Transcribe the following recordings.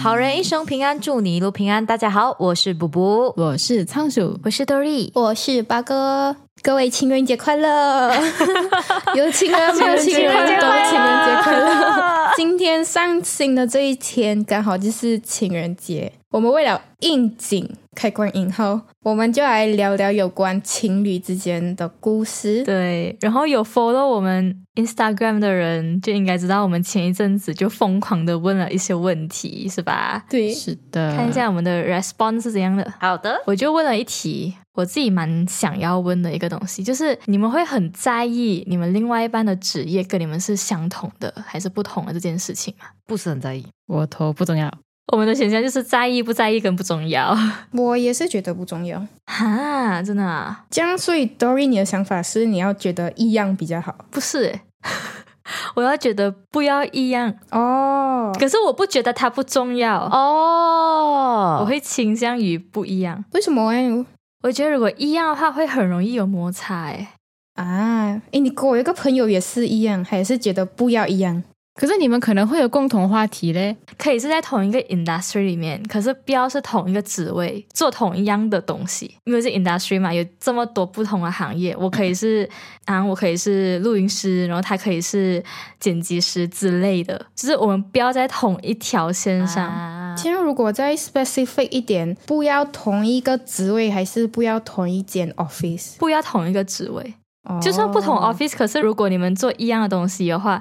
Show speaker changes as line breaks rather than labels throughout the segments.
好人一生平安，祝你一路平安。大家好，我是卜卜，
我是仓鼠，
我是 Dory。
我是八哥，各位情人节快乐！有情人没有情人
情人节
都
快乐
情人节快乐！今天上新的这一天刚好就是情人节，我们为了应景开关引号，我们就来聊聊有关情侣之间的故事。
对，然后有 follow 我们 Instagram 的人就应该知道，我们前一阵子就疯狂的问了一些问题，是吧？
对，
是的，
看一下我们的 response 是怎样的。好的，我就问了一题，我自己蛮想要问的一个东西，就是你们会很在意你们另外一半的职业跟你们是相同的还是不同的这件事情吗？
不是很在意。
我头不重要，
我们的选项就是在意不在意跟不重要。
我也是觉得不重要。
哈，真的、啊、
这样，所以 Dory，你的想法是你要觉得一样比较好
不是 欸，我要觉得不要异样，
哦。
可是我不觉得它不重要哦，
哦
我会倾向于不一样。
为什么哎？
我觉得如果一样的话，会很容易有摩擦欸。
啊，哎，你跟我有个朋友也是一样，还是觉得不要一样。
可是你们可能会有共同话题嘞。
可以是在同一个 industry 里面，可是不要是同一个职位，做同一样的东西，因为是 industry 嘛，有这么多不同的行业，我可以是啊，我可以是录音师，然后他可以是剪辑师之类的，就是我们不要在同一条线上。
啊
其实如果再 specific 一点，不要同一个职位，还是不要同一间 office，
不要同一个职位，
哦
就算不同 office，可是如果你们做一样的东西的话，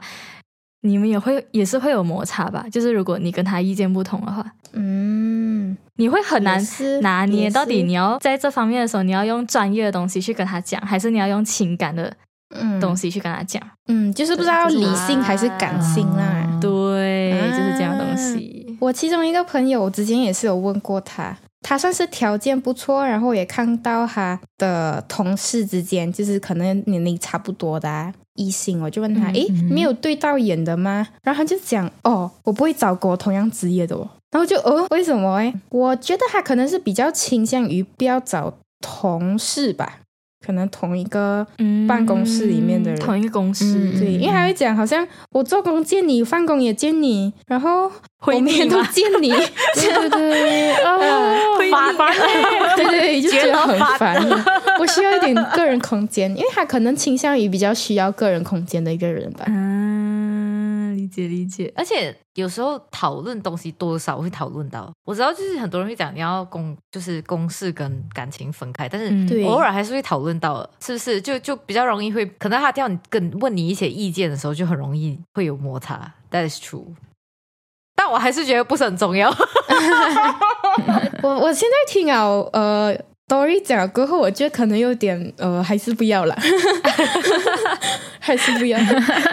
你们也会也是会有摩擦吧？就是如果你跟他意见不同的话，
嗯，
你会很难
也是
拿
也
捏
是
到底你要在这方面的时候，你要用专业的东西去跟他讲，还是你要用情感的
嗯
东西去跟他讲？
嗯，就是不知道理性还是感性啦。
啊
对，
啊
就是这样东西。
我其中一个朋友，我之前也是有问过他，他算是条件不错，然后也看到他的同事之间，就是可能年龄差不多的、啊。异性，我就问他，
嗯
诶，
嗯
没有对到眼的吗？然后他就讲，哦，我不会找跟我同样职业的哦。然后就，哦，为什么？诶，我觉得他可能是比较倾向于不要找同事吧，可能同一个
嗯
啊办公室里面的人
同一个公司，
嗯
对，因为还会讲好像我做工见你，放工也见你，然后我每天都见 你，对对对，
呃
哦，哎
发发
对对，就觉
觉
得
得
很
烦
烦。 我需要一点个人空间，因为他可能倾向于比较需要个人空间的一个人吧。
嗯，理解理解。
而且有时候讨论东西多少会讨论到，我知道就是很多人会讲你要公就是公事跟感情分开，但
嗯
是
对
偶尔还是会讨论到的，是不是？就就比较容易会，可能他叫你跟问你一些意见的时候，就很容易会有摩擦。That is true。但我还是觉得不是很重要。
我我现在听啊，呃，Dory 讲了过后，我觉得可能有点呃，还是不 要了， 还是不要。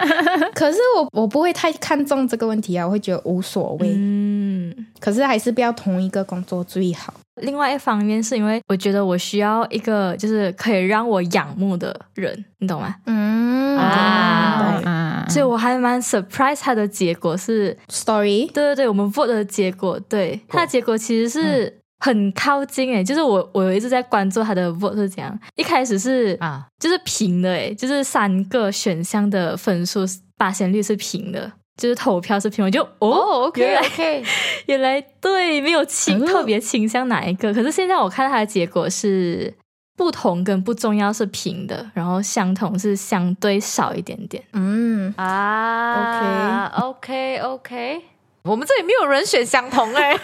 可是我我不会太看重这个问题啊，我会觉得无所谓。
嗯，
可是还是不要同一个工作最好。
另外一方面是因为我觉得我需要一个就是可以让我仰慕的人，你懂吗？
嗯
啊
明白
啊，
所以我还蛮 surprise 他的结果是，
story
对对对，我们 vote 的结果，对他的结果其实是很靠近诶、欸
嗯
就是我我有一直在关注他的 vote 是怎样，一开始是
啊，
就是平的诶、就是三个选项的分数八仙率是平的。就是投票是平，我就哦、
哦、o
原
k
来
OK，
原来对没有倾、
哦
特别倾向哪一个，可是现在我看他的结果是不同跟不重要是平的，然后相同是相对少一点点。
嗯，
啊，OK，OK，OK。我们这里没有人选相同哎、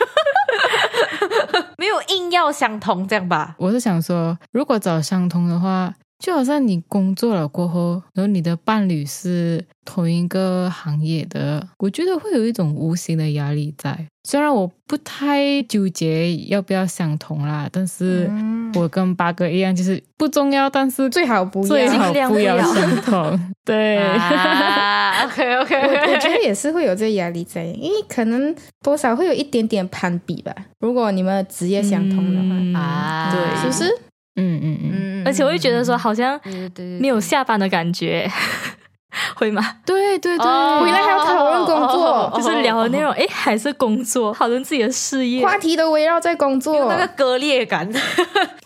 没有硬要相同这样吧？
我是想说，如果找相同的话，就好像你工作了过后，然后你的伴侣是同一个行业的，我觉得会有一种无形的压力在。虽然我不太纠结要不要相同啦，但是
嗯
我跟八哥一样，就是不重要，但是
最好不
最
要。
好
尽量
不
不
要
要
相 同。对，
啊，OK
我我
OK，
觉得也是会有这压力在，因为可能多少会有一点点攀比吧。如果你们的职业相同的
嗯
话，
啊
对，
是不是？
嗯嗯嗯，
嗯
而且我会觉得说，好像
对对对，
没有下班的感觉， 会吗？
对对对，
哦
回来还要讨论工作
哦哦哦
就是聊的内容，诶，还是工作，讨论自己的事业。
话题都围绕在工
有
作
那。个割裂感。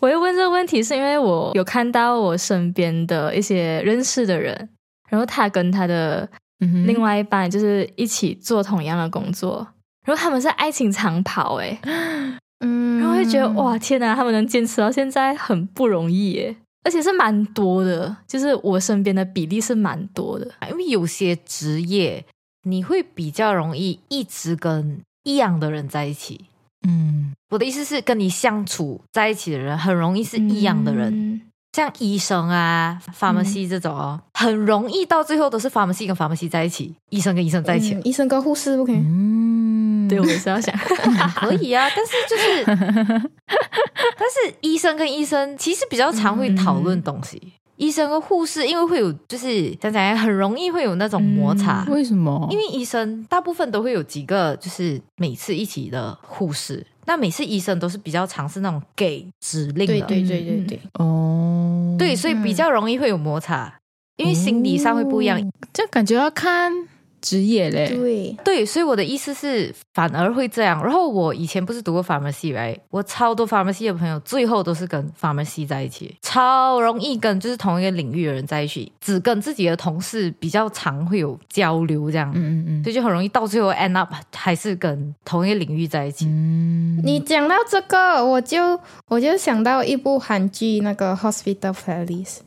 我会问这个问题，是因为我有看到我身边的一些认识的人，然后他跟他的
嗯哼
另外一半就是一起做同样的工作。然后他们是爱情长跑哎、
嗯
然后会觉得哇，天啊哪，他们能坚持到现在很不容易耶，而且是蛮多的，就是我身边的比例是蛮多的。
因为有些职业你会比较容易一直跟一样的人在一起。
嗯
我的意思是，跟你相处在一起的人很容易是一样的人，
嗯
像医生啊、pharmacy 这种哦，很容易到最后都是 pharmacy 跟 pharmacy 在一起，医生跟医生在一起了
嗯，医生跟护士不可以。
嗯，
对，我也是要想，
可以啊，但是就是， 但是医生跟医生其实比较常会讨论东西。医生跟护士，因为会有就是讲讲来很容易会有那种摩擦，
为什么？
因为医生大部分都会有几个就是每次一起的护士，那每次医生都是比较尝试那种给指令的，
对对对对对，
哦，
对，所以比较容易会有摩擦，因为心理上会不一样。
哦这样感觉要看职业嘞。
对，
对，所以我的意思是，反而会这样。然后我以前不是读过 pharmacy 来，我超多 pharmacy 的朋友，最后都是跟 pharmacy 在一起，超容易跟就是同一个领域的人在一起，只跟自己的同事比较常会有交流这样，
嗯嗯
所以就很容易到最后 end up 还是跟同一个领域在一起。
嗯，
你讲到这个，我就我就想到一部韩剧那个《Hospital Playlist》，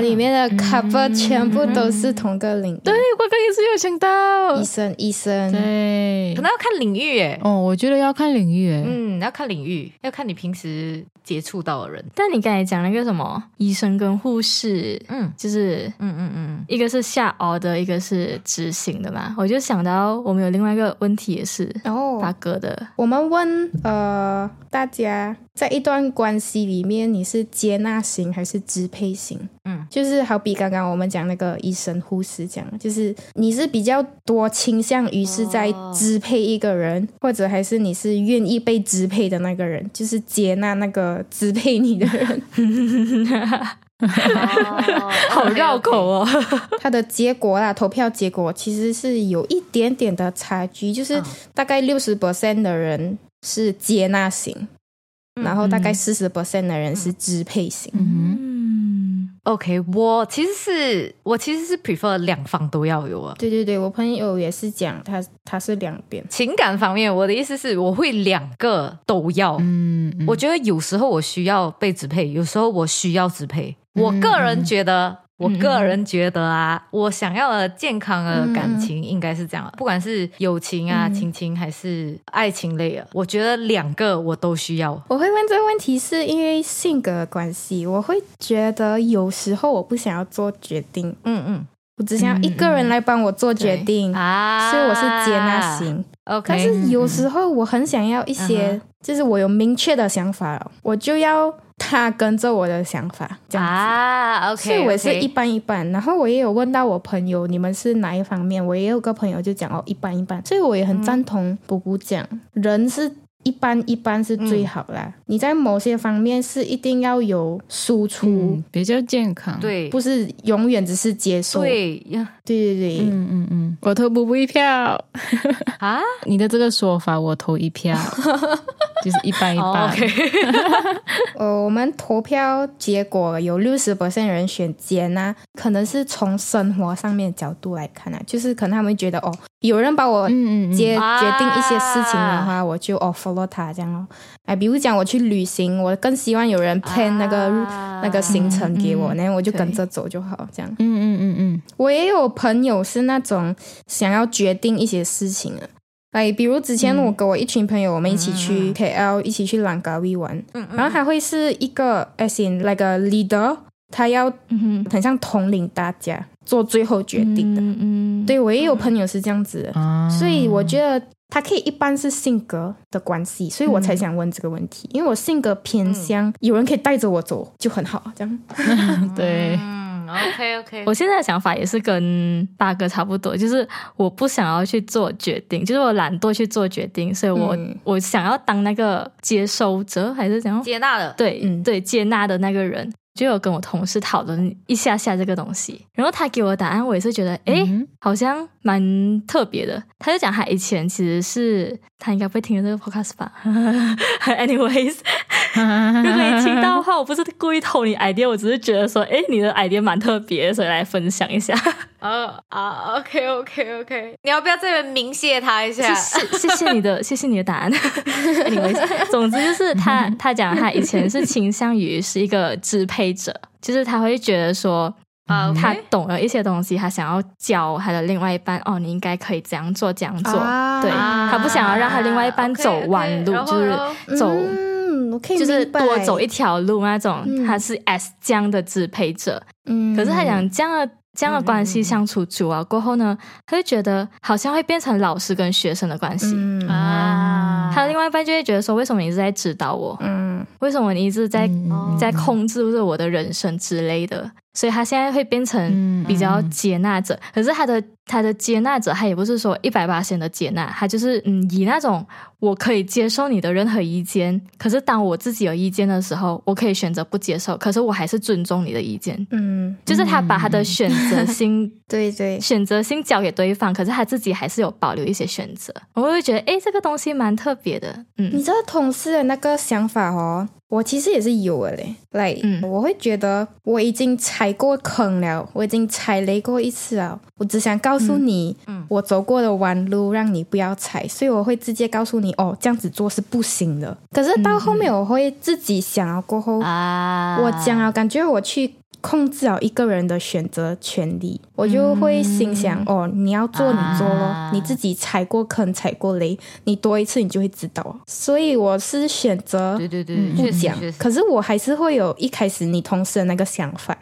里面的 cover 全部都是同个领域，
嗯对我刚刚也是有想到
医，生医生，
对
可，能要看领域耶，
哦，我觉得要看领域诶。
嗯，要看领域，要看你平时接触到的人。
但你刚才讲那个什么医生跟护士，
嗯
就是
嗯嗯 嗯，
一个是下 order，一个是执行的嘛，我就想到我们有另外一个问题也是
然后
发哥的，
我们问呃大家，在一段关系里面，你是接纳型还是支配型？
嗯，
就是好比刚刚我们讲那个医生、护士讲，就是你是比较多倾向于是在
哦
支配一个人，或者还是你是愿意被支配的那个人，就是接纳那个支配你的人。
好绕口哦。
它的结果啦，投票结果其实是有一点点的差距，就是
嗯
大概六十 percent 的人是接纳型，
嗯
然后大概四十 percent 的人是支配型。
嗯
嗯，
OK，我其实是我其实是 prefer 两方都要有啊。
对对对，我朋友也是讲他他是两边，
情感方面，我的意思是我会两个都要。
嗯，嗯
我觉得有时候我需要被支配，有时候我需要支配。
嗯
我个人觉得。我个人觉得啊，我想要的健康的感情应该是这样的，不管是友情啊、
嗯
亲情还是爱情类的，我觉得两个我都需要。
我会问这个问题是因为性格的关系，我会觉得有时候我不想要做决定，
嗯
我只想要一个人来帮我做决定，
嗯啊，
所以我是接纳型。
OK，
但是有时候我很想要一些，
嗯
就是我有明确的想法了，我就要他跟着我的想法这样子。
啊，OK，
所以我也是
OK
一般一般，然后我也有问到我朋友，你们是哪一方面？我也有个朋友就讲哦，一般一般，所以我也很赞同布布讲，人是一般一般是最好啦。你在某些方面是一定要有输出，
嗯比较健康。，
对
不是永远只是接受。
对
对对 对
嗯嗯嗯，我投补补一票。
啊，
你的这个说法，我投一票，就是一半一
哦
半。
，OK，
呃，我们投票结果有六十人选接纳，可能是从生活上面的角度来看啊，就是可能他们会觉得哦，有人把我
嗯嗯嗯，
接、
啊
决定一些事情的话，我就哦 follow 他这样哦。哎，比如讲我去旅行，我更希望有人 plan 那个、
啊
那个行程给我，
嗯嗯
然后我就
对
跟着走就好。这样，
嗯嗯嗯嗯，
我也有朋友是那种想要决定一些事情的。哎，比如之前我跟我一群朋友，我们一起去 KL，、一起去兰卡威玩，
嗯嗯
然后他会是一个 as in like a leader，他要
嗯哼，
很像统领大家做最后决定的。
嗯嗯，
对我也有朋友是这样子的，
啊，
所以我觉得他可以一般是性格的关系，所以我才想问这个问题，因为我性格偏向、有人可以带着我走就很好，这样。
对，
嗯，OK OK，
我现在的想法也是跟八哥差不多，就是我不想要去做决定，就是我懒惰去做决定，所以我、
嗯
我想要当那个接收者，还是怎样？
接纳了，
对、
嗯
对，接纳的那个人。就有跟我同事讨论一下下这个东西，然后他给我的答案，我也是觉得，诶，
嗯
好像蛮特别的。他就讲他以前其实是他应该不会听这个 podcast 吧 ，anyways，如果你听到的话，我不是故意偷你 idea，我只是觉得说，哎，你的 idea 蛮特别，所以来分享一下。
呃啊，OK OK OK，你要不要这边明谢他一下？
谢谢谢谢你的，谢谢你的答案。Anyways，总之就是他他讲他以前是倾向于是一个支配者，就是他会觉得说。
啊，OK，
他懂了一些东西，他想要教他的另外一半哦，你应该可以这样做，这样做。
啊
对
啊
他不想要让他另外一半走弯路，
OK，OK，
就
然后
是走、
嗯，我可以
就是
明白
多走一，条路那种。
嗯
他是 S 这样的支配者，
嗯，
可是他讲这样的这样的关系相处久啊，过后呢，他就觉得好像会变成老师跟学生的关系。
嗯
啊，
他的另外一半就会觉得说，为什么你一直在指导我？
嗯
为什么你一 直在
嗯
哦
在控制着我的人生之类的，所以他现在会变成
嗯
比较接纳者。可是他的他的接纳者，他也不是说一百八千的接纳，他就是嗯，以那种我可以接受你的任何意见，可是当我自己有意见的时候，我可以选择不接受，可是我还是尊重你的意见。
嗯，
就是他把他的选择
嗯
性、，
对对
嗯
选择性交给对方，可是他自己还是有保留一些选择。我会觉得，诶，这个东西蛮特别的，
你
嗯
知道同事的那个想法哦，我其实也是有的嘞。来、
嗯
我会觉得我已经踩过坑了，我已经踩雷过一次了，我只想告诉你，
嗯
我走过的弯路让你不要踩，所以我会直接告诉你，哦，这样子做是不行的。可是到后
嗯
面我会自己想了过后，
啊
我讲了，感觉我去。控制了一个人的选择权利，我就会心想：哦，你要做你做咯，
嗯啊
你自己踩过坑、踩过雷，你多一次你就会知道哦。所以我是选择
对对对，
嗯
不
确实
讲
确，实，
可是我还是会有一开始你同事的那个想法，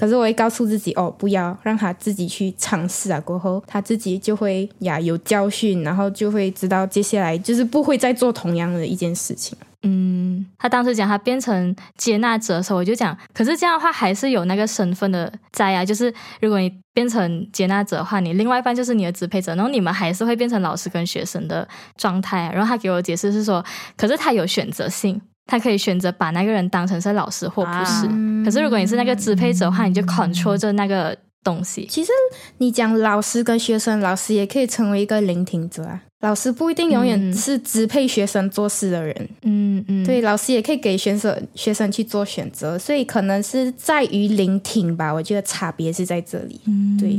可是我会告诉自己：哦，不要让他自己去尝试啊。过后他自己就会呀有教训，然后就会知道接下来就是不会再做同样的一件事情。
嗯，他当时讲他变成接纳者的时候，我就讲，可是这样的话还是有那个身份的在啊，就是如果你变成接纳者的话，你另外一半就是你的支配者，然后你们还是会变成老师跟学生的状态、啊。然后他给我解释是说，可是他有选择性，他可以选择把那个人当成是老师或不是。
啊
可是如果你是那个支配者的话，你就 control 着那个东西。
其实你讲老师跟学生，老师也可以成为一个聆听者啊。老师不一定永远
嗯
是支配学生做事的人，
嗯嗯，
对，老师也可以给学生学生去做选择，所以可能是在于聆听吧。我觉得差别是在这里。
嗯
对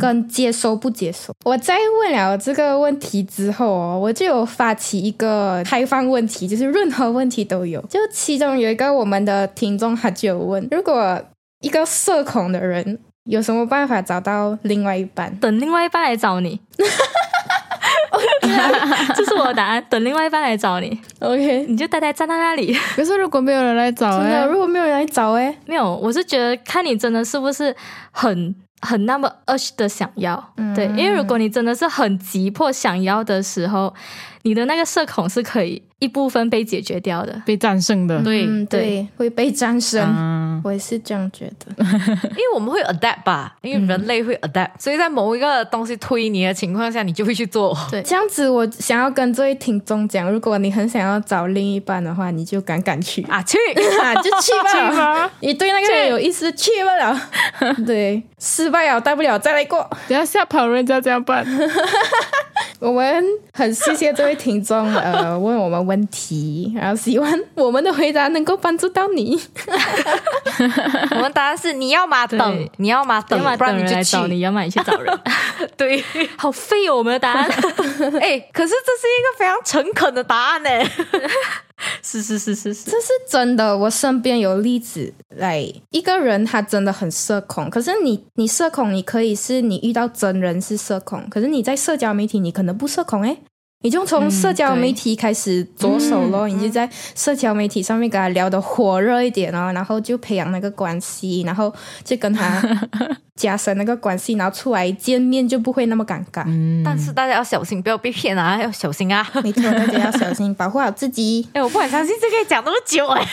跟接收不接收。我在问了这个问题之后哦，我就有发起一个开放问题，就是任何问题都有。就其中有一个我们的听众他就有问，如果一个社恐的人有什么办法找到另外一半？
等另外一半来找 你。这是我的答案，等另外一半来找你，
OK，
你就呆呆站在那里。
可是如果没有人来找、
真
欸，
的，如果没有人来找哎、
没有，我是觉得看你真的是不是很很那么 urge 的想要，对，因为如果你真的是很急迫想要的时候，你的那个社恐是可以一部分被解决掉的。
被战胜的，
对，
嗯，对，会被战胜。
啊，
我也是这样觉得，
因为我们会 adapt 吧，因为
嗯
人类会 adapt，、所以在某一个东西推你的情况下，你就会去做。
对
这样子我想要跟这位听众讲，如果你很想要找另一半的话，你就敢敢去
啊，去
啊， 就去吧， 你对那个人有意思，去不了。 对，失败了，大不了再来过。
不要吓跑人家这样 办。
我们很谢谢这位听众，呃， 问我们问题，然后希望我们的回答能够帮助到你。
我们答案是你要嘛等
对，
你要嘛等
要，么
不
等
然
人
你
来
就
找你，
去。
要么你去找 人，
对，
好废哦！我们的答案
哎，可是这是一个非常诚恳的答案呢。
是是是是是，
这是真的，我身边有例子，来一个人他真的很社恐，可是你你社恐，你可以是你遇到真人是社恐，可是你在社交媒体你可能不社恐诶。你就从社交媒体开始着手咯，你就在社交媒体上面跟他聊得火热一点哦，然后就培养那个关系，然后就跟他加深那个关系，然后出来见面就不会那么尴尬。
嗯，
但是大家要小心，不要被骗啊，要小心啊！
没错，大家要小心，保护好自己。
哎，我不敢相信这个讲那么久哎。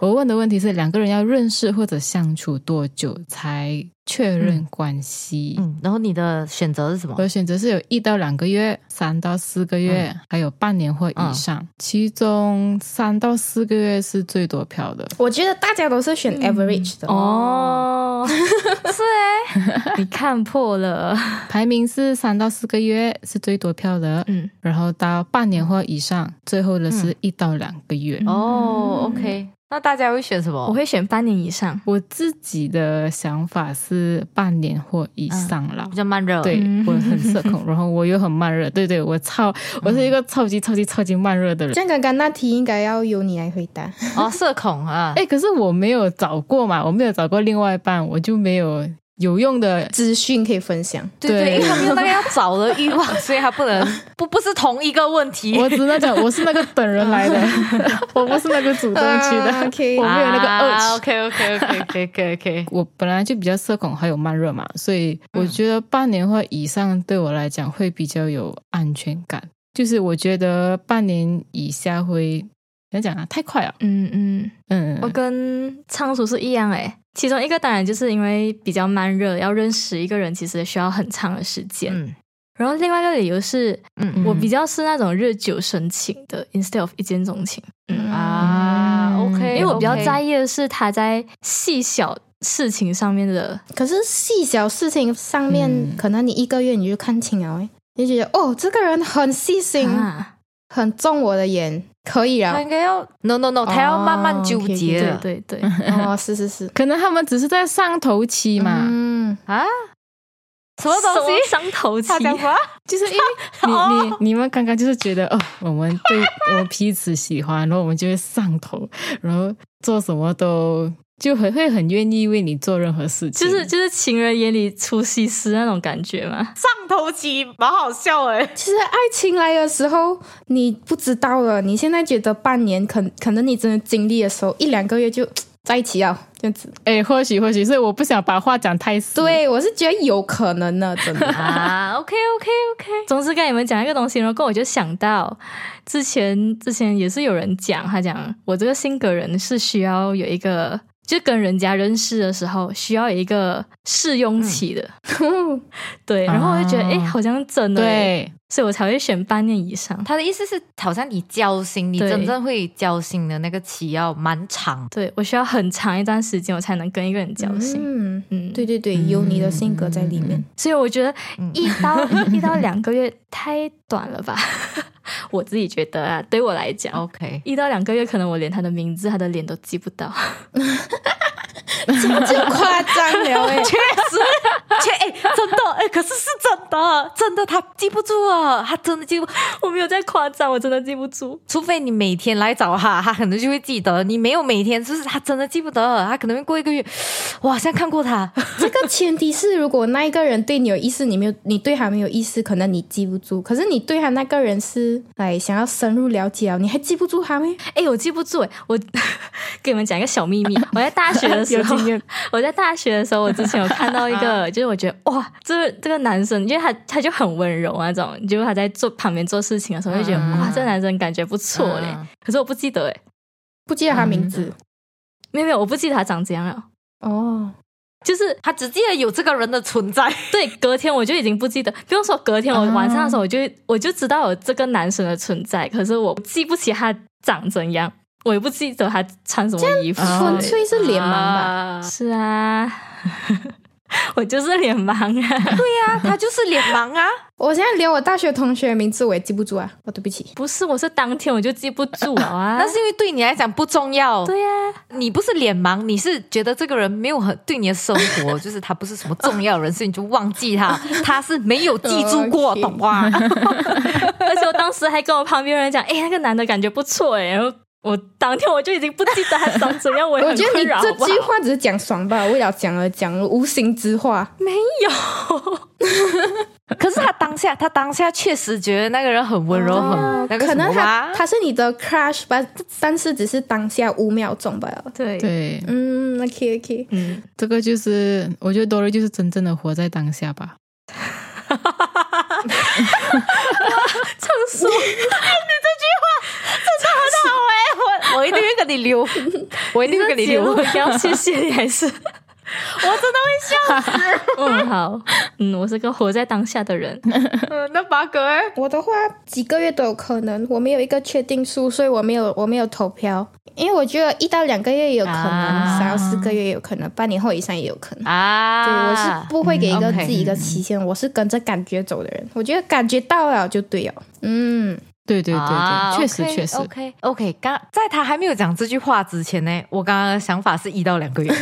我问的问题是，两个人要认识或者相处多久才确认关系？
嗯， 然后你的选择是什么
我？的选择是有一到两个月、三到四个月，
嗯
还有半年或以上。其中三到四个月是最多票的。
我觉得大家都是选 average 的，
哦， 欸
是哎，
你看破了，
排名是三到四个月是最多票的，
嗯，
然后到半年或以上，最后的是一到两个月。
嗯
哦，OK，那大家会选什
我
么？
会选半年以上。
我自己的想法是半年或以上啦
比。较慢热，
对
嗯
啊我很社恐，然后我又很慢热，对对，我超我是一个超级超级超级慢热的人。
像刚刚那题应该要由你来回 答，
哦，社恐啊，
哎，可是我没有找过嘛，我没有找过另外一半，我就没有有用的。
资讯可以分享。
对对，
对
因为他没有那个要找的欲望，所以他不 能不不是同一个问题。
我只能讲，我是那个等人来的， 我不是那个主动去的，
啊，OK 啊
我没有那个恶趣。
OK OK OK OK OK OK，
我本来就比较社恐，还有慢热嘛，所以我觉得半年或以上对我来讲会比较有安全感。就是我觉得半年以下会怎么讲啊？太快了，
嗯嗯，
嗯，
我跟仓鼠是一样诶、其中一个当然就是因为比较慢热，要认识一个人其实需要很长的时间。
嗯
然后另外一个理由是
嗯
我比较是那种日久生情的、i n s t e a d of 一见钟情。嗯，
啊
嗯
，OK，
因为我比较在
意，
意的是他在细小事情上面的，
可是细小事情上面，
嗯
可能你一个月你就看清了、哎，你就觉得哦，这个人很细心，
嗯
啊，
很中我的眼，可以
他
了。
哎
应该要 No
哦
No No，他要慢慢纠结
对
了
对 对，
哦， 是是是，
可能他们只是在上头期嘛，
嗯，
啊，什么东西？
伤头期
他讲什么？
就是因为你你你们刚刚就是觉得哦，我们对 我们彼此喜欢，然后我们就会上头，然后做什么都就很会很愿意为你做任何事情，
就是就是情人眼里出西施那种感觉嘛。
上头期，蛮好笑哎。
其实爱情来的时候，你不知道了。你现在觉得半年，可可能你真的经历的时候，一两个月就在一起了，这样子。
哎，或许或许，所以我不想把话讲太死。
对，我是觉得有可能的，真 的。
啊，OK OK OK，
总之跟你们讲一个东西，然后我就想到之前之前也是有人讲，他讲我这个性格人是需要有一个。就跟人家认识的时候，需要有一个试用期的，
嗯
对。然后我就觉得，
啊
哎、好像真的，，
对，
所以我才会选半年以上。
他的意思是，好像你交心，你
对
真正会交心的那个期要蛮长。
对我需要很长一段时间，我才能跟一个人交心。
嗯，
嗯，
对对对，有你的性格在里面。
所以我觉得
嗯
一到 一到两个月太短了吧， 我自己觉得啊，对我来讲。
OK，
一到两个月，可能我连他的名字、他的脸都记不到。
这夸张了哎、
确实，确哎、真的哎、可是是真的，真的他记不住啊，他真的记不，
我没有在夸张，我真的记不住。
除非你每天来找他，他可能就会记得。你没有每天，就是他真的记不得，他可能会过一个月，我好像看过他。
这个前提是，如果那一个人对你有意思，你没有，你对他没有意思，可能你记不住。可是你对他那个人是哎想要深入了解啊，你还记不住他吗？
哎，我记不住哎，我 给你们讲一个小秘密。我在大学的时候
有经验，啊
我在大学的时候，我之前有看到一个，就是我觉得哇，这这个男生，因为他他就很温柔那种，就是他在做旁边做事情的时候，就觉得、
嗯
哇，这个男生感觉不错嘞。
嗯
可是我不记得哎，
不记得他名字、
没有没有，我不记得他长怎样了。
哦。
就是
他只记得有这个人的存在。
对，隔天我就已经不记得，不用说隔天，我
啊
晚上的时候我就、
嗯
我就知道有这个男生的存在，可是我记不起他长怎样，我也不记得他穿什么衣服。
纯粹是脸盲吧？
啊
是啊， 我就是脸盲啊，
对呀、他就是脸盲 啊。
我现在连我大学同学的名字我也记不住啊，我对不起。
不是，我是当天我就记不住了 啊。
那是因为对你来讲不重要，
对啊呀、
你不是脸盲，你是觉得这个人没有很对你的生活，就是他不是什么重要 人，所以你就忘记他，他是没有记住 过，
Okay
懂吗？
而且我当时还跟我旁边人讲，哎，那个男的感觉不错哎，然后我当天我就已经不记得他长怎 样，我也
我
很
觉得
困
你
扰。啊
这
好不好
句话只是讲爽吧，为了讲而讲，无心之话。
没有。
可是他当下，他当下确实觉得那个人很温柔，很那个
哦可
什
能
么
他
吧。
他是你的 crush 吧，但是只是当下五秒钟吧。
对，
对，
嗯，OK OK，
嗯，
这个就是我觉得 Dory 就是真正的活在当下吧。
成熟。
哎，我我一定会跟你留，我一定会跟你
结
留。
论要谢谢你，还是 我真的会笑死。 嗯，好，嗯，我是个活在当下的人。
嗯那八哥哎，
我的话几个月都有可能，我没有一个确定数，所以我没有我没有投票，因为我觉得一到两个月也有可能，
啊
三到四个月也有可能，半年后以上也有可能。嗯
啊，
对，我是不会给一个
嗯，OK
自己一个期限，我是跟着感觉走的人。我觉得感觉到了就对了。嗯，
对对对对，
啊
确实
OK，
确实。
OK OK，刚在他还没有讲这句话之前呢，我刚刚的想法是一到两个月，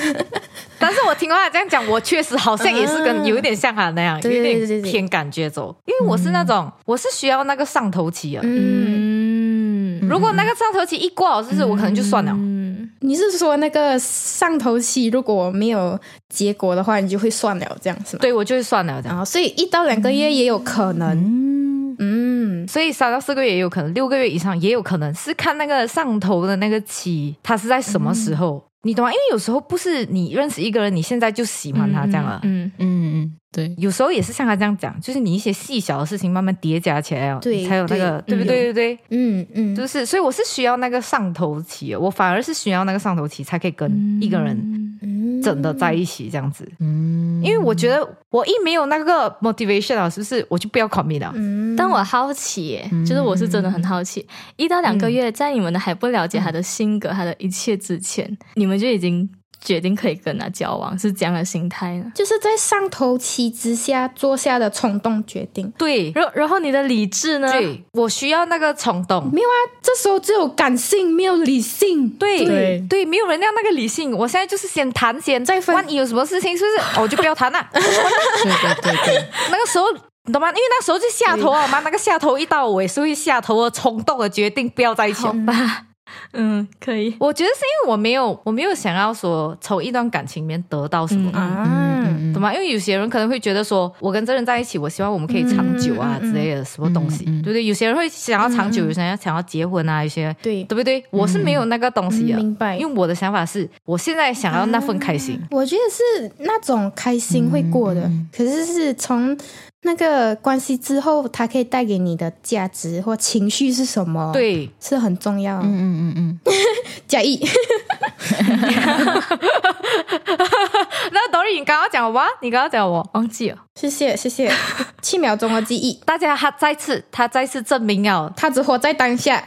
但是我听完他这样讲，我确实好像也是跟、
啊
有一点像他那样，有
对对
一
对
点
对对
偏感觉走，因为我是那种、我是需要那个上头期的，
嗯，
嗯，
如果那个上头期一过，我就是我可能就算了。
嗯，
你是说那个上头期如果没有结果的话，你就会算了这样是吗？
对，我就是算了这样，
啊，所以一到两个月也有可能。
嗯，
嗯
所以三到四个月也有可能，六个月以上也有可能，是看那个上头的那个期，它是在什么时候，
嗯
你懂吗？因为有时候不是你认识一个人，你现在就喜欢他这样了，
嗯，
嗯嗯，对，
有时候也是像他这样讲，就是你一些细小的事情慢慢叠加起来哦，
对
你才有那个，对不
对
对？对对
嗯嗯，
对，就是，所以我是需要那个上头期的，我反而是需要那个上头期才可以跟一个人
人，
嗯
真的在一起这样子，
嗯，
因为我觉得我一没有那个 motivation 啊，是不是我就不要 commit 了？
嗯，
但我好奇耶，就是我是真的很好奇，一到两个月，在你们还不了解他的性格、他的一切之前，你们就已经决定可以跟他交往，是这样的心态呢？
就是在上头期之下做下的冲动决定。
对
然后然后你的理智呢？
对，我需要那个冲动。
没有啊，这时候只有感性，没有理性。
对
对
对，没有人要那个理性。我现在就是先谈先，
再分
万一有什么事情，是不是、哦 我就不要谈了、
对对对对，
那个时候你懂吗？因为那时候就下头啊嘛，那个下头一到，我也是会下头的冲动的决定，不要在一起
好
了。
吧，嗯，可以，
我觉得是因为我没有，我没有想要说从一段感情里面得到什么。
嗯
啊，
嗯
懂吗？因为有些人可能会觉得说，我跟这人在一起，我希望我们可以长久啊、
嗯嗯嗯
之类的什么东西，
嗯嗯
对不对？有些人会想要长久，
嗯嗯
有些人想要结婚啊，有些
对
对不对？我是没有那个东西啊的，
嗯明白
因为我的想法是，我现在想要那份开心，
我觉得是那种开心会过的，可是是从那个关系之后，它可以带给你的价值或情绪是什么，，
对，
是很重要。
嗯嗯嗯嗯 嗯，
嘉义，
那董宇，你刚刚讲我啊，你刚刚讲我，
忘记 了，
谢谢谢谢，七秒钟的记忆，
大家他再次他再次证明 了，
他只活在当下。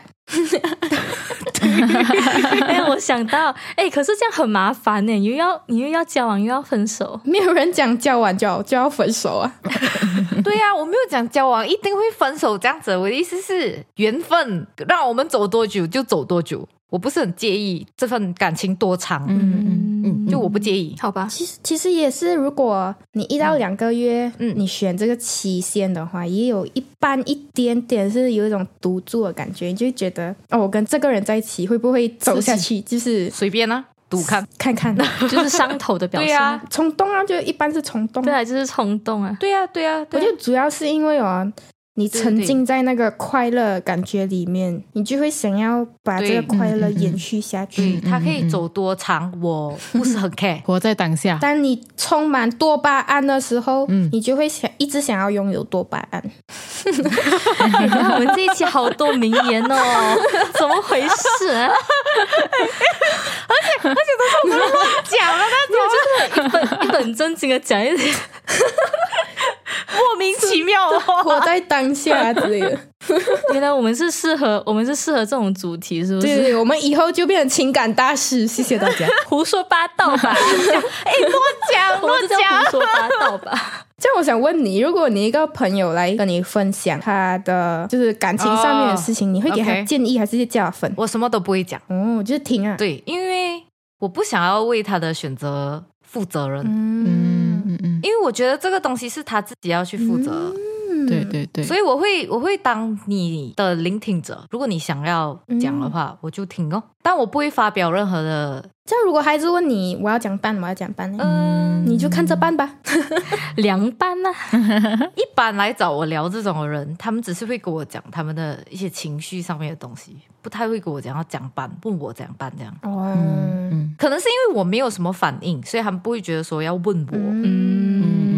哎，我想到，哎，可是这样很麻烦呢，你又要你又要交往，又要分手，
没有人讲交往就要就要分手啊！
对呀、我没有讲交往一定会分手这样子，我的意思是缘分让我们走多久就走多久，我不是很介意这份感情多长，
嗯嗯嗯
就我不介意。
好吧，
其实其实也是，如果你一到两个月，
嗯
嗯，你选这个期限的话，也有一半一点点是有一种独住的感觉，你就会觉得哦，我跟这个人在一起会不会走下去？就是
随便啊，赌看。
看看，
就是伤头的表
对
现。
呀、
冲动啊，就一般是冲动。
对啊，就是冲动啊。
对呀、对呀、
我
对
觉
呀、
得主要是因为哦，你沉浸在那个快乐感觉里面，你就会想要把这个快乐
对嗯嗯嗯
延续下
对
去。
他可以走多长，我不是很 care。
活在当下，
当你充满多巴胺的时候，
嗯
你就会想一直想要拥有多巴胺。
你哎看我们这一期好多名言 哦，怎么回事、啊？
讲了那种
一本正经的讲一点，
莫名其妙哦。
活在当下之类的。
原来我们是适合，我们是适合这种主题，是不
对对
是？
对，我们以后就变成情感大师，谢谢大家。
胡说八道吧，
哎，多讲
我
多
们就叫
讲。
胡说八道 吧。
这样我想问你，如果你一个朋友来跟你分享他的就是感情上面的事情，你会给他
OK
建议还是加分？
我什么都不会讲，
哦，就是听啊。
对，因为我不想要为他的选择负责任，
嗯
嗯，
嗯嗯，
因为我觉得这个东西是他自己要去负责。
嗯
对对对，
所以我会我会当你的聆听者，如果你想要讲的话，我就听哦，但我不会发表任何的，
这样如果孩子问你我要讲办，我要讲办，
嗯，
你就看着办吧。
凉拌呐、
一般来找我聊这种的人，他们只是会跟我讲他们的一些情绪上面的东西，不太会跟我讲要讲办，问我怎样办这样。
哦，
嗯
可能是因为我没有什么反应，所以他们不会觉得说要问我。
嗯
嗯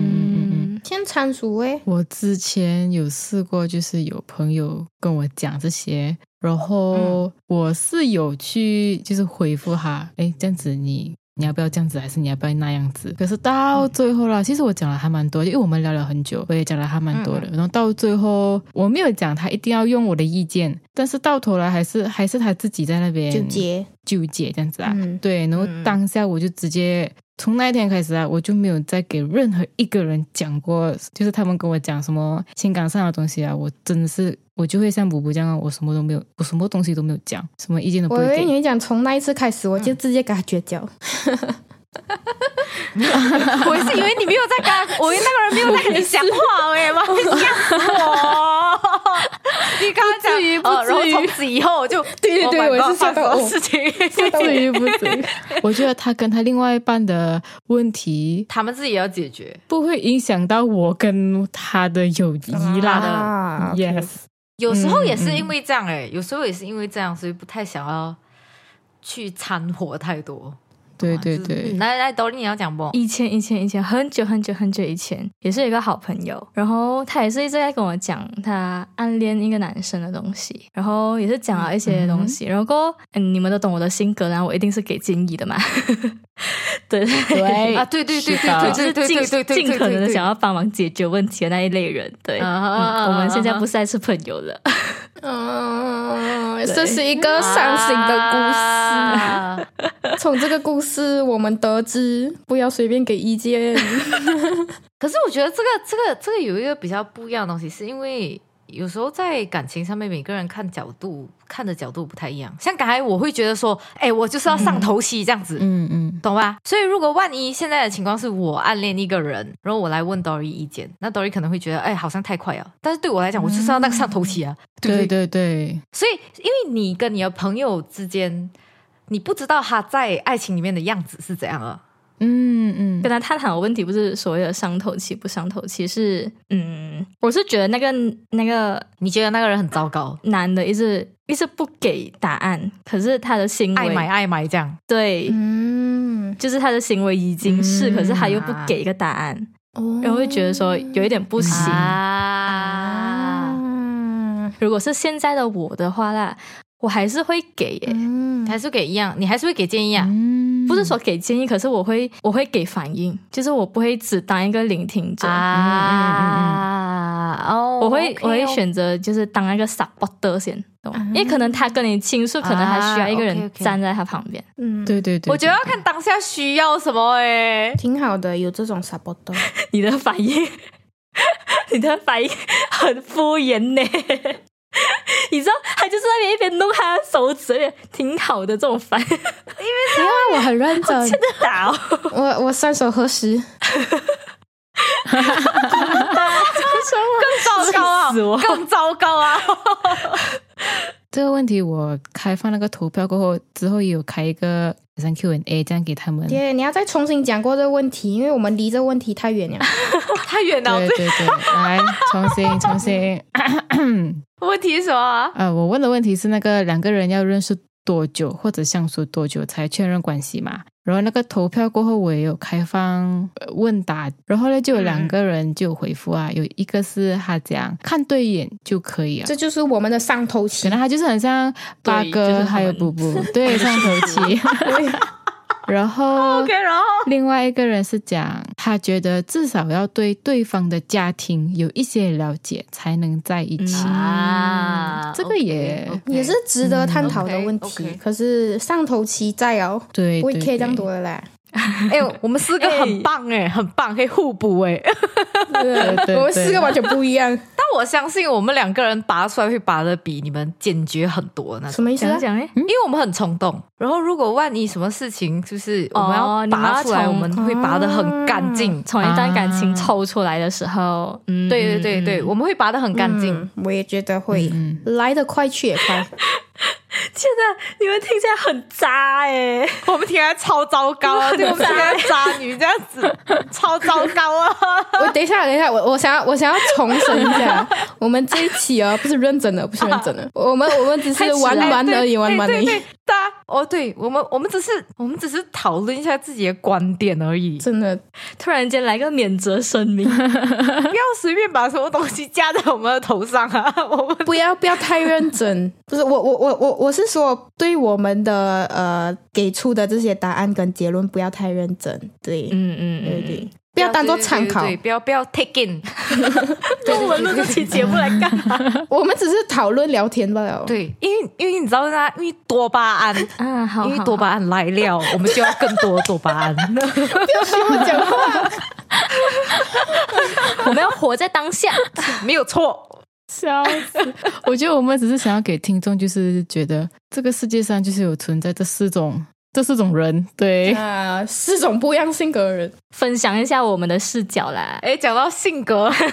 先参数诶，
我之前有试过，就是有朋友跟我讲这些，然后我是有去就是回复他，哎，这样子你你要不要这样子，还是你要不要那样子？可是到最后啦，其实我讲了还蛮多，因为我们聊了很久，我也讲了还蛮多的。然后到最后，我没有讲他一定要用我的意见，但是到头来还是还是他自己在那边
纠结。
纠结这样子啊。
嗯
对，然后当下我就直接从那一天开始啊，我就没有再给任何一个人讲过，就是他们跟我讲什么情感上的东西啊，我真的是我就会像补补这样啊，我什么都没有，我什么东西都没有讲，什么意见都不
我以
会
为
给
你。会讲从那一次开始，我就直接跟他绝交。
我是以为你没有在跟， 我以为那个人没有在跟你讲话哎、妈 吓死我！你刚刚讲，
至于不
哦然后
至于
从此以后我就
对对
Oh
对
my God，
我也是吓到
发生什么
我
事情，
至于不至于，
我觉得他跟他另外一半的问题
他们自己也要解决。
不会影响到我跟他的友谊啦。
啊
yes，
有时候也是因为这样哎、有时候也是因为这样，所以不太想要去掺和太多。
对对
就是
对
嗯，来来，斗笠你要讲不？
以前以前以前很久很久很久以前，也是有一个好朋友，然后他也是一直在跟我讲他暗恋一个男生的东西，然后也是讲了一些东西，然后过后嗯，你们都懂我的性格啦，然后我一定是给建议的嘛， 对
对
啊，对对对
是的
对
就
对对
是
对
尽
对对对，
尽可能的
对
想要帮忙解决问题的那一类人，对，
啊啊啊啊
嗯我们现在
啊啊
不再是朋友了，
嗯，
对
这是一个伤心的
啊
故事。从这个故事，我们得知不要随便给意见。
可是我觉得这个这个这个有一个比较不一样的东西，是因为有时候在感情上面，每个人看角度看的角度不太一样。像刚才我会觉得说，哎，我就是要上头戏这样子，
嗯嗯，
懂吧？所以如果万一现在的情况是我暗恋一个人，然后我来问 Dory 意见，那 Dory 可能会觉得，哎，好像太快了。但是对我来讲，我就是要那个上头戏啊，对不
对
对？
对对，
所以，因为你跟你的朋友之间，你不知道他在爱情里面的样子是怎样啊。
嗯嗯
跟，他探讨的问题不是所谓的伤透气不伤透气，是嗯，我是觉得那个那个
你觉得那个人很糟糕，
男的一直一直不给答案，可是他的行
爱
为
买啊爱买这样。
对，
嗯，
就是他的行为已经是，
嗯
可是他又不给一个答案，
哦
然后会觉得说有一点不
嗯
行。
啊，
啊，
如果是现在的我的话啦，我还是会给耶、
嗯
你还是给一样，你还是会给建议啊。
嗯
不是说给建议，可是我会我会给反应，就是我不会只当一个聆听者，
啊，哦，
我会
OK，
我会
哦
选择就是当一个 supporter 先，懂吗？因为可能他跟你倾诉，可能他需要一个
啊
人
，OK，OK
站在他旁边。
嗯，
对对对，
我觉得要看当下需要什么哎、
挺好的，有这种 support。
你的反应， 你的反应很敷衍呢。你知道，他就是那边一边弄他的手指，一边挺好的这种反应，
因为 我很认真，
打哦，
我我三手合十。
更糟糕啊，
气死我
更糟糕啊！
这个问题我开放那个投票过后，之后也有开一个好像 Q&A 这样给他们。对
爹，你要再重新讲过这个问题，因为我们离这个问题太远了。
太远了，
对对，来重新重新。
问题是什么啊？
呃，我问的问题是那个两个人要认识多久或者相处多久才确认关系嘛？然后那个投票过后，我也有开放呃问答，然后呢就有两个人就有回复啊，有一个是他讲看对眼就可以了
这。就是我们的上头期
可。能他就是很像八
对就
哥
是他们
还有布布，对上头期。 然后
OK，然后
另外一个人是讲，他觉得至少要对对方的家庭有一些了解，才能在一起。
嗯
啊
这个也
OK，OK
也是值得探讨的问题。
嗯，OK，OK
可是上头期在哦，
对，
不会
对
K 这样
对
多的啦。
哎、我们四个很棒哎、很棒，可以互补哎、
对对对
我们四个完全不一样，
但我相信我们两个人拔出来会拔的比你们坚决很多那种，
什么意思
讲
啊？
讲哎，
因为我们很冲动。然后如果万一什么事情，就是我们
哦
要
你们要
拔出来，
从
我们会拔的很干净。
从一段感情
啊
抽出来的时候，嗯，
对对对对，我们会拔的很干净。
嗯，我也觉得会、
嗯
来得快去也快。
现在你们听起来很渣哎、
我们听起来超糟糕 啊，对我们听起来渣女这样子，超糟糕 啊！
我等一下，等一下，我我想要我想要重申一下，我们这一期哦，不是认真的，不是认真的，我们我们只是玩玩而已，玩玩而
哎对
已
对，对，大家哦，对我们我们只是我们只是讨论一下自己的观点而已，
真的
突然间来个免责声 明，
不要随便把什么东西加在我们的头上啊！我们
不要不要太认真。不是我我我我我是说，对我们的呃给出的这些答案跟结论不要太认真，对，
嗯嗯，
对
嗯
对，不要当做参考
对对对。对不要不要 take in，
那我们录这期节目来干嘛？
我们只是讨论聊天罢了。
对，因为因为你知道啦，因为多巴 胺，
啊，好，
因为
好
多巴胺来了，我们就要更多多巴 胺，
我讲话
好我们要活在当下。
没有错。
笑死！ 我觉得我们只是想要给听众，就是觉得这个世界上就是有存在这四种这四种人，对，
啊，四种不一样性格的人，
分享一下我们的视角啦。
哎，讲到性格，太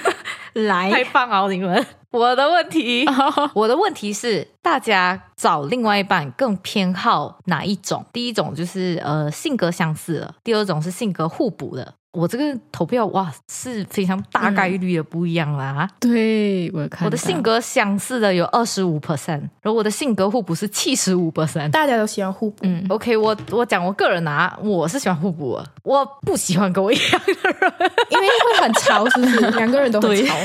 来，
棒了，你们。哎哦我的问题，我的问题是，大家找另外一半更偏好哪一种？第一种就是呃性格相似的，第二种是性格互补的。我这个投票哇是非常大概率的不一样啦。
对我有看到
我的性格相似的有二十五 percent，然后我的性格互补是七十五 percent。
大家都喜欢互补。
嗯，
OK，我我讲我个人啊，我是喜欢互补的，我不喜欢跟我一样的人。
因为会很吵，是不 是？两个人都很吵。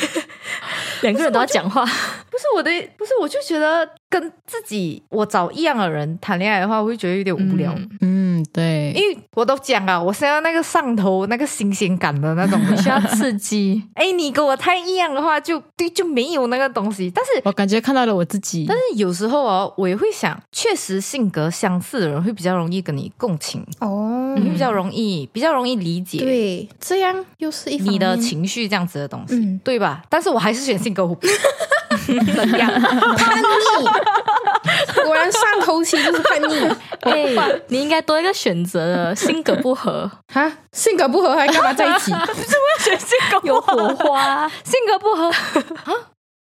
两个人都要讲话，
不是我的，不是，我就觉得跟自己我找一样的人谈恋爱的话，我会觉得有点无聊。
嗯
嗯，对，
因为我都讲啊，我想要那个上头、那个新鲜感的 那种东西
需。要刺激。
哎，你跟我太一样的话，就对，就没有那个东西。但是，
我感觉看到了我自己，
但是有时候哦，我也会想，确实性格相似的人会比较容易跟你共情，
哦
你会比较容易，比较容易理解
对，这样又是一方面
你的情绪这样子的东西，
嗯
对吧？但是我还是选性格 互补。 怎样？
叛逆， 果然上头期就是叛逆
哎，你应该多一个选择的，性格不合，
啊！性格不合还干嘛在一 起？
性格
有火花，
性格不合，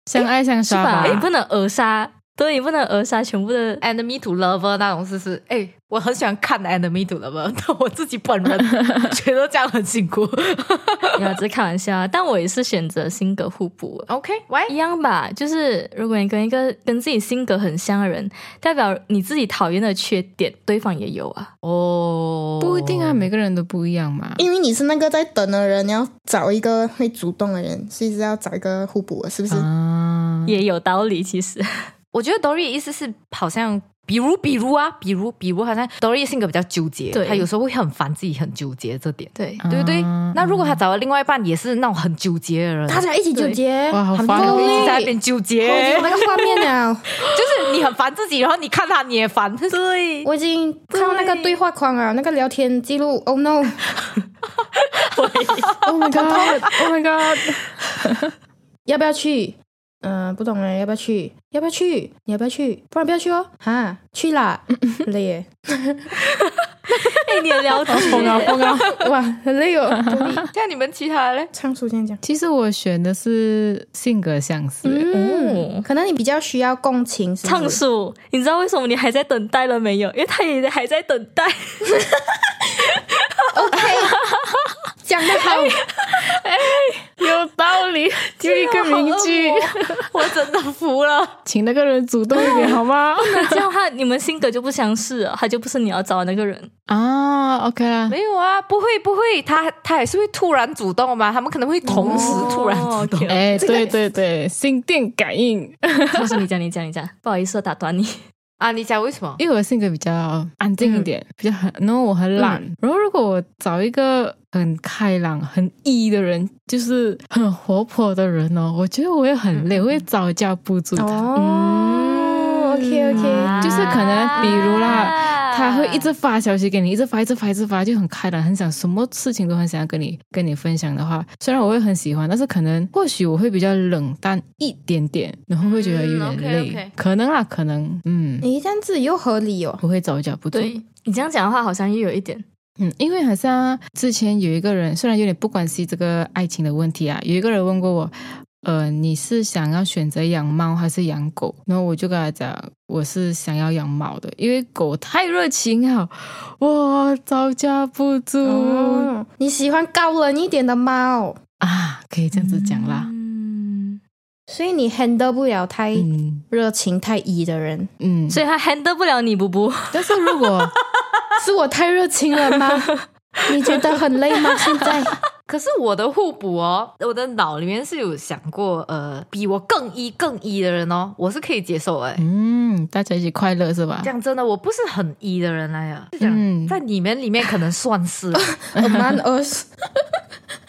相爱相
是
杀
吧？你
吧。
不能扼杀，对，你不能扼杀全部的。
enemy to lover 那种，是不是？哎、我很喜欢看 enemy to lover，但 我自己本人觉得这样很辛苦。
没有，只是开玩笑啊。但我也是选择性格互补，
OK，喂，
一样吧。就是如果你跟一个跟自己性格很像的人，代表你自己讨厌的缺点，对方也有啊。
哦，
不一定啊，每个人都不一样嘛。
因为你是那个在等的人，你要找一个会主动的人，所以是要找一个互补的，是不是？
嗯
啊，
也有道理，其实
我觉得 Dory 的意思是，好像比如比如啊，比如比如，好像 Dory 的性格比较纠结，
对
她有时候会很烦自己很纠结这点，
对，
对不对？
啊
那如果她找了另外一半也是那种很纠结的人，
大家一起纠结，
哇好
很
烦
够
哦
一直在那
力。
边纠
我已经
结
有，那个画面了，
就是你很烦自己，然后你看他你也烦， 对，
我已经看到那个对话框了，那个聊天记录。Oh no！
Oh my God，Oh my God，
要不要去？嗯、不懂哎，要不要去？要不要去？你要不要去？不然不要去哦。哈，去啦，很累耶，
哎，你的聊天，
疯啊疯啊！
哇，很累哦。多力
像你们其他嘞，
仓鼠先讲，
其实我选的是性格相似，
嗯，可能你比较需要共情，是不是
畅叔，你知道为什么你还在等待了没有？因为他也还在等待。
OK，讲得好，
有道理，就一个名句，
我真的服了，
请那个人主动一点好吗？
这样他你们性格就不相似了，他就不是你要找的那个人。
啊，OK 啦，
没有啊，不会不会，他他也是会突然主动嘛，他们可能会同时突然主动。
哦
哎，对对对，心电感应，
不是你讲，你讲，你讲，不好意思，打断你。
啊，你讲为什么？
因为我的性格比较安静一点，比较很，然后我很懒，然后如果我找一个很开朗、很 E 的人，就是很活泼的人哦，我觉得我也很累，我会招架不住他。嗯
哦，OK OK，
就是可能比如
嗯
啊
啦他会一直发消息给你，一直发，一直发，一直发，就很开朗，很想什么事情都很想要跟你跟你分享的话，虽然我会很喜欢，但是可能或许我会比较冷淡一点点，然后会觉得有
嗯
点
，OK，
累，
OK
可能啦，可能，嗯，
你这样子又合理哦。
我会招架不住。
对你这样讲的话，好像又有一点，
嗯，因为好像之前有一个人，虽然有点不关心这个爱情的问题啊，有一个人问过我，呃，你是想要选择养猫还是养狗？然后我就跟他讲，我是想要养猫的，因为狗太热情了，哇，招架不住、
哦，你喜欢高冷一点的猫，
啊，可以这样子讲啦。
嗯，
所以你 handle 不了太
嗯
热情、太 E 的人。
嗯，
所以他 handle 不了你，不不，
但是如果
是我太热情了吗？你觉得很累吗？现在
可是我的互补哦，我的脑里面是有想过，呃，比我更一更一的人哦，我是可以接受哎、
嗯，大家一起快乐是吧？
讲真的，我不是很一的人来呀、是讲、
嗯
在你们里面可能算 是
Among Us，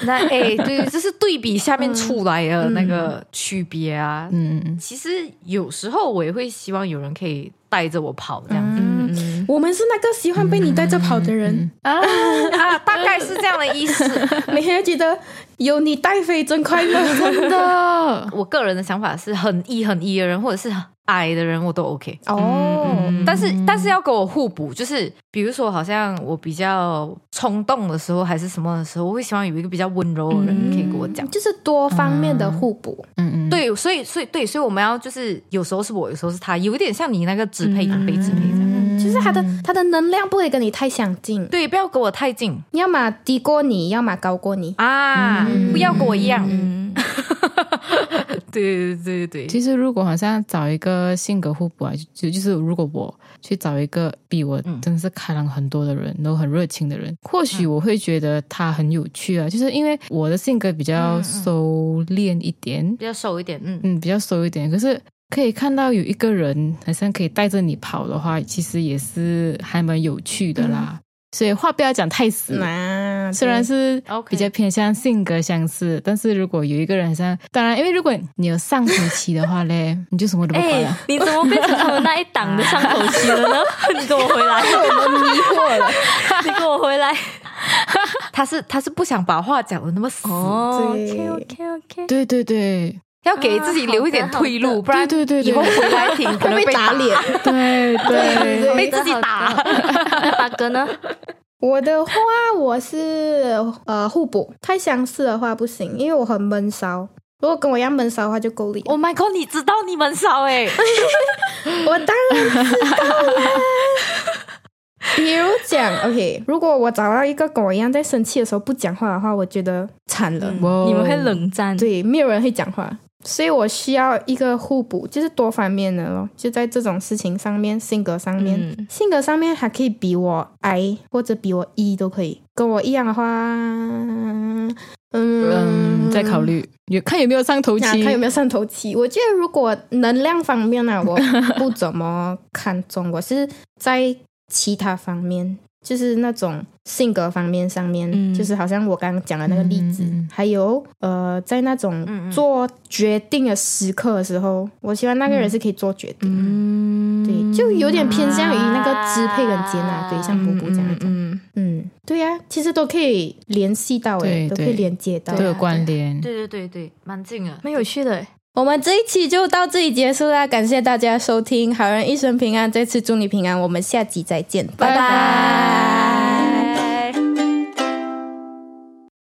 那哎、对，这是对比下面出来的那
嗯
个区别啊。
嗯，
其实有时候我也会希望有人可以带着我跑这样子、
嗯
嗯，
嗯，
我们是那个喜欢被你带着跑的人，
啊，大概是这样的意思。
每天觉得有你带飞真快乐。
真的，
我个人的想法是很 E 很 E 的人，或者是矮的人，我都 OK。
哦，
但是但是要跟我互补，就是比如说，好像我比较冲动的时候，还是什么的时候，我会希望有一个比较温柔的人可以跟我讲。
就是多方面的互补。
嗯嗯，
对，所以所以对，所以我们要就是有时候是我，有时候是他，有一点像你那个支配跟被支配这样。
嗯，就是他的他的能量不会跟你太相近，
对，不要跟我太近
要么低过你，要么高过你。
啊，不要跟我一样。
嗯
对对对对对，
其实如果好像找一个性格互补啊，就就是如果我去找一个比我
嗯
真的是开朗很多的人，然后很热情的人，或许我会觉得他很有趣啊，就是因为我的性格比较收敛一点，
比较瘦一点，嗯。
嗯，比较熟一点。可是可以看到有一个人好像可以带着你跑的话，其实也是还蛮有趣的啦。所以话不要讲太死，
那
嗯虽然是
OK
比较偏向性格相似，但是如果有一个人好像，当然，因为如果你有上头期的话 嘞，你就什么都不管
哎
了。，
你怎么变成他们那一档的上头期了呢？ 你跟我回来，
我们迷惑了，
你跟我回来。
他是他是不想把话讲的那么死，
哦
对
，OK OK OK，
对对对
要给自己留一点退
啊好
路，
的
不然
对对对对
以后回来挺可能
会被打脸。
对 对，
被自己打。
那八哥呢？
我的话，我是呃互补，太相似的话不行，因为我很闷骚。如果跟我一样闷骚的话，就够力。
Oh my god！你知道你们少哎、
我当然知道了。比如 讲，OK，如果我找到一个跟我一样在生气的时候不讲话的话，我觉得惨了。
哇
你们会冷战？
哦对，没有人会讲话，所以我需要一个互补，就是多方面的咯。就在这种事情上面，性格上面，
嗯
性格上面还可以比我矮或者比我 E 都可以。跟我一样的话，嗯，
嗯，再考虑有看有没有上头期
那、，嗯他有没有上头期？我觉得如果能量方 面呢、啊，我不怎么看重，我是在其他方面，就是那种性格方面上面，
嗯
就是好像我刚刚讲的那个例子，
嗯嗯嗯
还有呃，在那
嗯
种
嗯
做决定的时刻的时候，我希望那个人是可以做决定。
嗯，
对，就有点偏向于那个支配跟接纳，对，像
嗯
布布这样
嗯
子，嗯
嗯，
对呀、其实都可以联系到、
对
诶，都可
对
以
啊
连接到，
都有关联。
对对对对，蛮近啊。
蛮有趣的。欸
我们这一期就到这里结束啦，感谢大家收听，好人一生平安，这次祝你平安，我们下集再见，拜拜。
拜